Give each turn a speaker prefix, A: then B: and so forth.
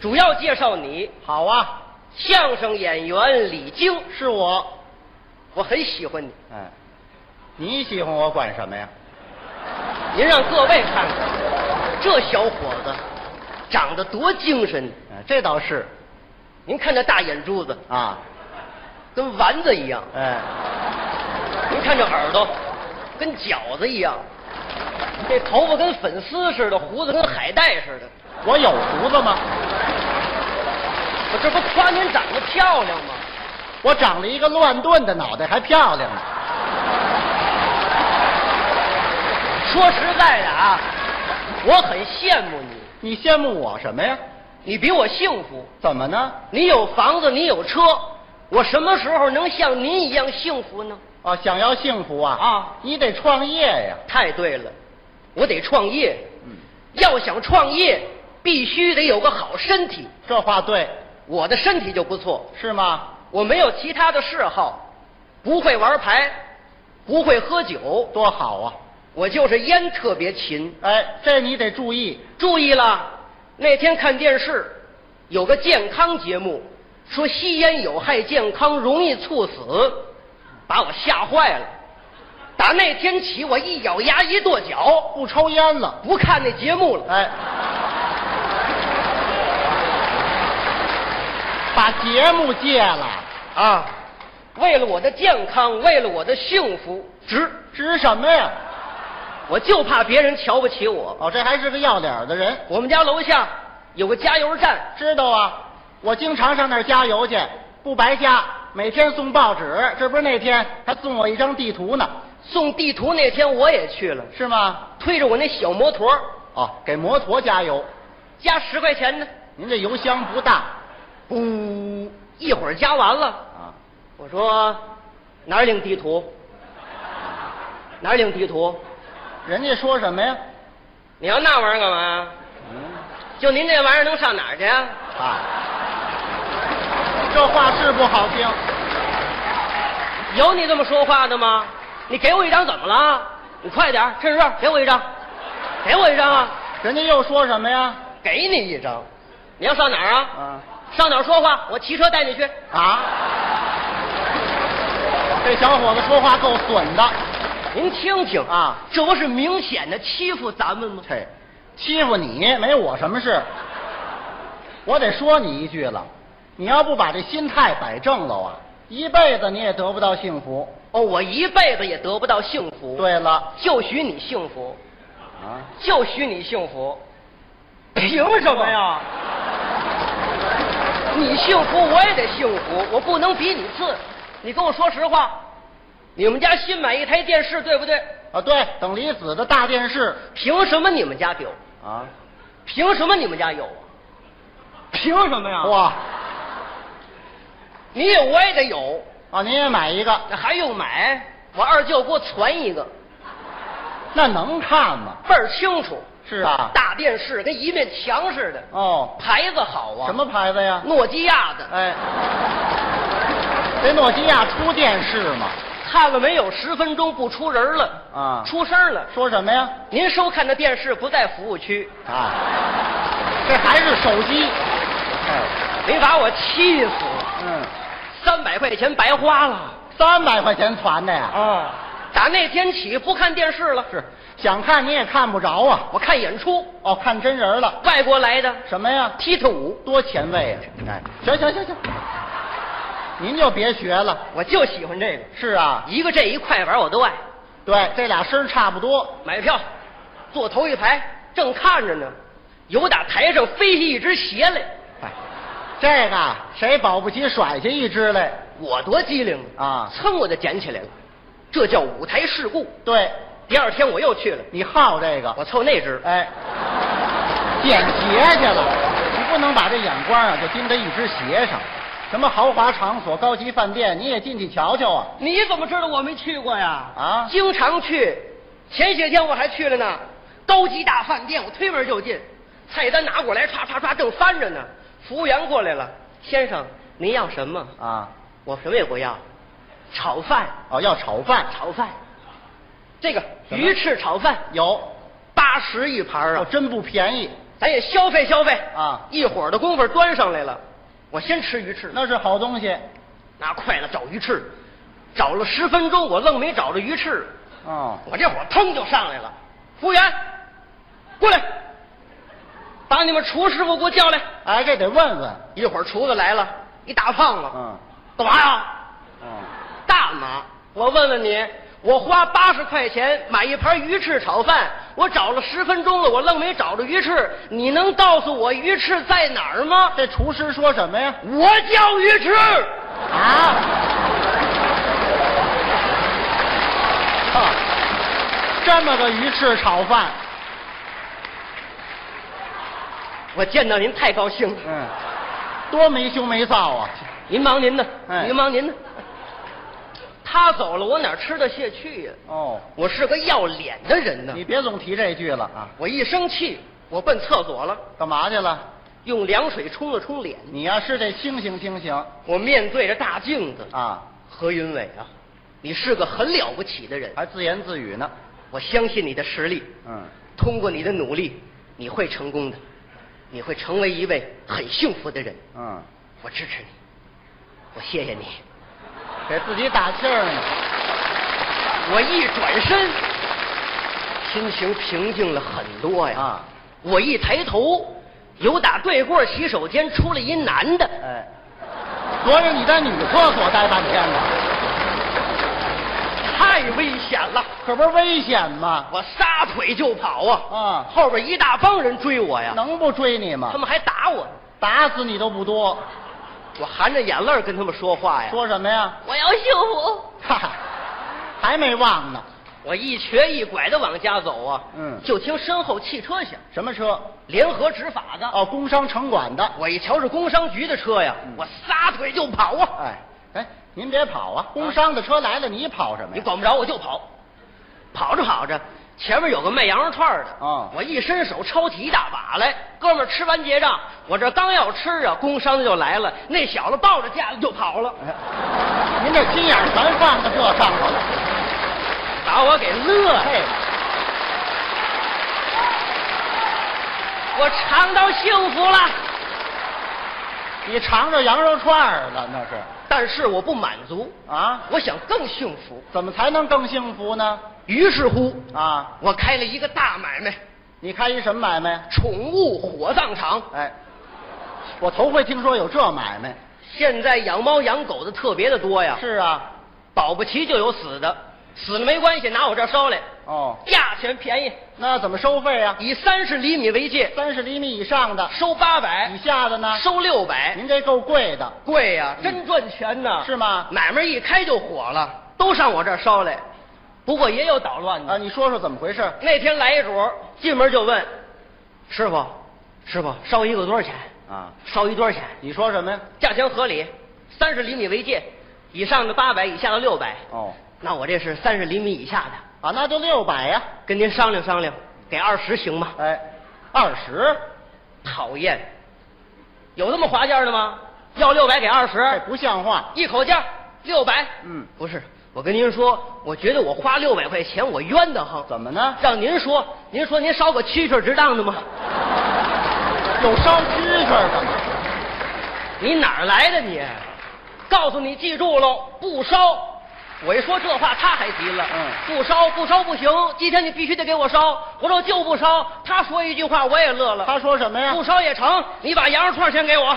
A: 主要介绍你，
B: 好啊，
A: 相声演员李菁，
B: 是我。
A: 我很喜欢你。
B: 嗯，你喜欢我管什么呀？
A: 您让各位看看，这小伙子长得多精神。
B: 嗯，这倒是
A: 您看这大眼珠子，
B: 啊。
A: 跟丸子一样；
B: 哎，
A: 您看这耳朵，跟饺子一样；这头发跟粉丝似的，胡子跟海带似的。
B: 我有胡子吗？
A: 我这不夸您长得漂亮吗？
B: 我长了一个乱炖的脑袋，还漂亮呢。
A: 说实在的啊，我很羡慕你，
B: 你羡慕我什么呀？
A: 你比我幸福。
B: 怎么呢？
A: 你有房子，你有车，我什么时候能像您一样幸福呢？
B: 哦，想要幸福啊
A: 啊
B: 你得创业呀。
A: 太对了，我得创业。
B: 嗯，
A: 要想创业，必须得有个好身体。
B: 这话对，
A: 我的身体就不错，
B: 是吗？
A: 我没有其他的嗜好，不会玩牌，不会喝酒，
B: 多好啊！
A: 我就是烟特别勤。
B: 哎，这你得注意。
A: 注意了，那天看电视，有个健康节目，说吸烟有害健康，容易猝死，把我吓坏了。打那天起，我一咬牙一跺脚，
B: 哦不抽烟了。
A: 不看那节目了。
B: 哎，把节目戒了，
A: 啊，为了我的健康，为了我的幸福，
B: 值值什么呀？
A: 我就怕别人瞧不起我。
B: 哦，这还是个要脸儿的人，
A: 我们家楼下有个加油站，
B: 知道啊？我经常上那儿加油去，不白加，每天送报纸，这不是那天还送我一张地图呢，
A: 送地图那天我也去了，
B: 是吗？
A: 推着我那小摩托，
B: 哦，给摩托加油，
A: 加十块钱呢，
B: 您这油箱不大
A: 呜，嗯一会儿加完了。
B: 啊？
A: 我说哪儿领地图？哪儿领地图？
B: 人家说什么呀？
A: 你要那玩意儿干嘛？
B: 嗯，
A: 就您这玩意儿能上哪儿去啊？
B: 啊，这话是不好听。
A: 有你这么说话的吗？你给我一张怎么了？你快点儿，趁热给我一张，给我一张啊！
B: 人家又说什么呀？
A: 给你一张，你要上哪儿啊？
B: 啊
A: 上哪儿说话？我骑车带你去。
B: 啊！这小伙子说话够损的，
A: 您听听
B: 啊，
A: 这不是明显的欺负咱们吗？
B: 嘿，欺负你没我什么事。我得说你一句了，你要不把这心态摆正了啊，一辈子你也得不到幸福。
A: 哦，我一辈子也得不到幸福。，
B: 对了，
A: 就许你幸福，
B: 啊，
A: 就许你幸福。凭什么呀？你幸福，我也得幸福，我不能比你次。你跟我说实话，你们家新买一台电视，对不对？
B: 啊，对，等离子的大电视
A: 凭什么你们家有？
B: 啊，
A: 凭什么你们家有啊？凭什么呀
B: 哇，
A: 你有我也得有，
B: 啊，您也买一个，
A: 那还用买？我二舅给我传一个，
B: 那能看吗？
A: 倍儿清楚。
B: 是啊，
A: 大电视跟一面墙似的，
B: 哦，
A: 牌子好啊。
B: 什？么牌子呀？
A: 诺基亚的，
B: 哎，这诺基亚出电视吗？
A: 看了没有？十分钟不出人了，
B: 啊
A: 出声了。
B: 说什么呀？
A: 您收看的电视不在服务区，
B: 啊，这还是手机。哎，
A: 您把我气死了，
B: 嗯，
A: 三百块钱白花了
B: 三百块钱攒的呀。
A: 啊！打那天起不看电视了，
B: 哦是，想看你也看不着啊。
A: 我看演出，
B: 哦，看真人了。
A: 外国来的
B: 什么呀？
A: 踢踏舞，
B: 多前卫啊！哎，行行行行，您就别学了。
A: 我就喜欢这个，
B: 是啊，
A: 一个这一快板我都爱。
B: 对，这俩声儿差不多。
A: 买票，坐头一排，正看着呢，有打台上飞起一只鞋来，
B: 哎，这个啊谁保不齐甩下一只来
A: 我多机灵
B: 啊
A: 噌我就捡起来了，这叫舞台事故。
B: 对，
A: 第二天我又去了，
B: 你好这个。
A: 啊我凑那只，
B: 哎，捡鞋去了。你不能把这眼光啊就盯着一只鞋上。什么豪华场所、高级饭店，你也进去瞧瞧啊！
A: 你怎么知道我没去过呀？
B: 啊
A: 经常去，前些天我还去了呢。高级大饭店，我推门就进，菜单拿过来，唰唰唰，正翻着呢。服务员过来了，先生，您要什么？
B: 啊，
A: 我什么也不要，炒饭，
B: 哦，要炒饭
A: 炒饭，这个
B: 什么
A: 鱼翅炒饭
B: 有，
A: 八十一盘儿
B: 我
A: 啊，
B: 真不便宜。
A: 咱也消费消费
B: 啊
A: 一会儿的功夫端上来了，我先吃鱼翅，
B: 那是好东西。
A: 拿筷子找鱼翅，找了十分钟，我愣没找着鱼翅。
B: 哦，
A: 我这火腾就上来了，服务员，过来，把你们厨师傅给我叫来。
B: 哎，这得问问。
A: 一会儿厨子来了，一大胖子，
B: 嗯，
A: 干嘛呀？
B: 哦，
A: 大妈，我问问你，我花八十块钱买一盘鱼翅炒饭，我找了十分钟了，我愣没找着鱼翅，你能告诉我鱼翅在哪儿吗？
B: 这厨师说什么呀？
A: 我叫鱼翅，
B: 啊？啊这么个鱼翅炒饭，
A: 我见到您太高兴了，
B: 嗯，多没羞没臊啊！
A: 您忙您的，
B: 哎
A: 您忙您的。他走了，我哪吃得下去呀、
B: 哦，
A: 我是个要脸的人呢
B: 你。别总提这句了啊！
A: 我一生气，我奔厕所了，
B: 干嘛去了？
A: 用凉水冲了冲脸。
B: 你呀、是得清醒清醒
A: 我面对着大镜子，
B: 啊！
A: 何云伟啊，你是个很了不起的人，
B: 还自言自语呢。
A: 我相信你的实力。
B: 啊嗯，
A: 通过你的努力，你会成功的，你会成为一位很幸福的人。
B: 嗯，
A: 我支持你，我谢谢你。
B: 给自己打气儿呢。
A: 我一转身，心情平静了很多呀。
B: 啊
A: 我一抬头，由打对过洗手间出来一男的，
B: 哎，合着你在女厕所待半天呢，
A: 太危险了。
B: 可不是危险吗？
A: 我撒腿就跑啊！
B: 啊
A: 后边一大帮人追我哎呀，
B: 能不追你吗
A: 他？们还打我，
B: 打死你都不多。
A: 我含着眼泪儿跟他们说话呀。
B: 说什么呀？
A: 我要幸福。
B: 哈哈，还没忘呢。
A: 我一瘸一拐的往家走啊，
B: 嗯
A: 就听身后汽车响，
B: 什么车？
A: 联合执法的。
B: 哦，工商城管的。
A: 我一瞧是工商局的车呀，
B: 嗯
A: 我撒腿就跑啊！
B: 哎哎，您别跑啊！工商的车来了，你跑什么
A: 你
B: 呀？
A: 管不着我就跑，跑着跑着，前面有个卖羊肉串的，
B: 哦
A: 我一伸手抄起一大把来，哥们儿吃完结账，我这刚要吃啊，工商的就来了，那小子抱着架子就跑了，
B: 哎您这心眼儿全放在这上头了。
A: 把我给乐的，
B: 嘿，
A: 我尝到幸福了，
B: 你尝着羊肉串儿了那是？
A: 但是我不满足，
B: 啊？
A: 我想更幸福，
B: 怎么才能更幸福呢？
A: 于是乎，
B: 啊？
A: 我开了一个大买卖，
B: 你开一什么买卖？
A: 宠物火葬场。
B: 哎，我头回听说有这买卖。
A: 现在养猫养狗的特别的多呀，
B: 是啊。
A: 保不齐就有死的，死了没关系，拿我这儿烧来，
B: 哦，
A: 价钱便宜，
B: 那怎么收费啊？
A: 以三十厘米为界，
B: 三十厘米以上的，
A: 收八百
B: 以，下的呢？
A: 哎收哎六百，
B: 您这够贵的。
A: 贵呀、真赚钱呐、
B: 嗯是吗
A: 买卖一开就火了，都上我这儿烧来。不过也有捣乱的。
B: 啊，你说说怎么回事？
A: 那天来一主，进门就问：“师傅，师傅，烧一个多少钱？
B: 啊，
A: 烧一多少钱？”
B: 你说什么呀？
A: 价钱合理，三十厘米为界，以上的八百，以下的六百。
B: 哦，
A: 那我这是三十厘米以下的，
B: 啊，那就六百呀。
A: 跟您商量商量，给二十行吗？
B: 哎，二十，
A: 讨厌，有这么划价的吗？要六百给二
B: 这
A: 十，
B: 哎不像话。
A: 一口价六百。
B: 嗯
A: 不是，我跟您说，我觉得我花六百块钱我冤得慌。
B: 怎么呢？
A: 让您说，您说您烧个蛐蛐儿值当的吗？
B: 有烧蛐蛐的吗？
A: 你哪儿来的你？告诉你，记住喽，不烧。我一说这话，他还急了。
B: 嗯
A: 不烧，不烧不行，今天你必须得给我烧。我说就不烧。他说一句话，我也乐了。
B: 他说什么呀？
A: 不烧也成，你把羊肉串先给我。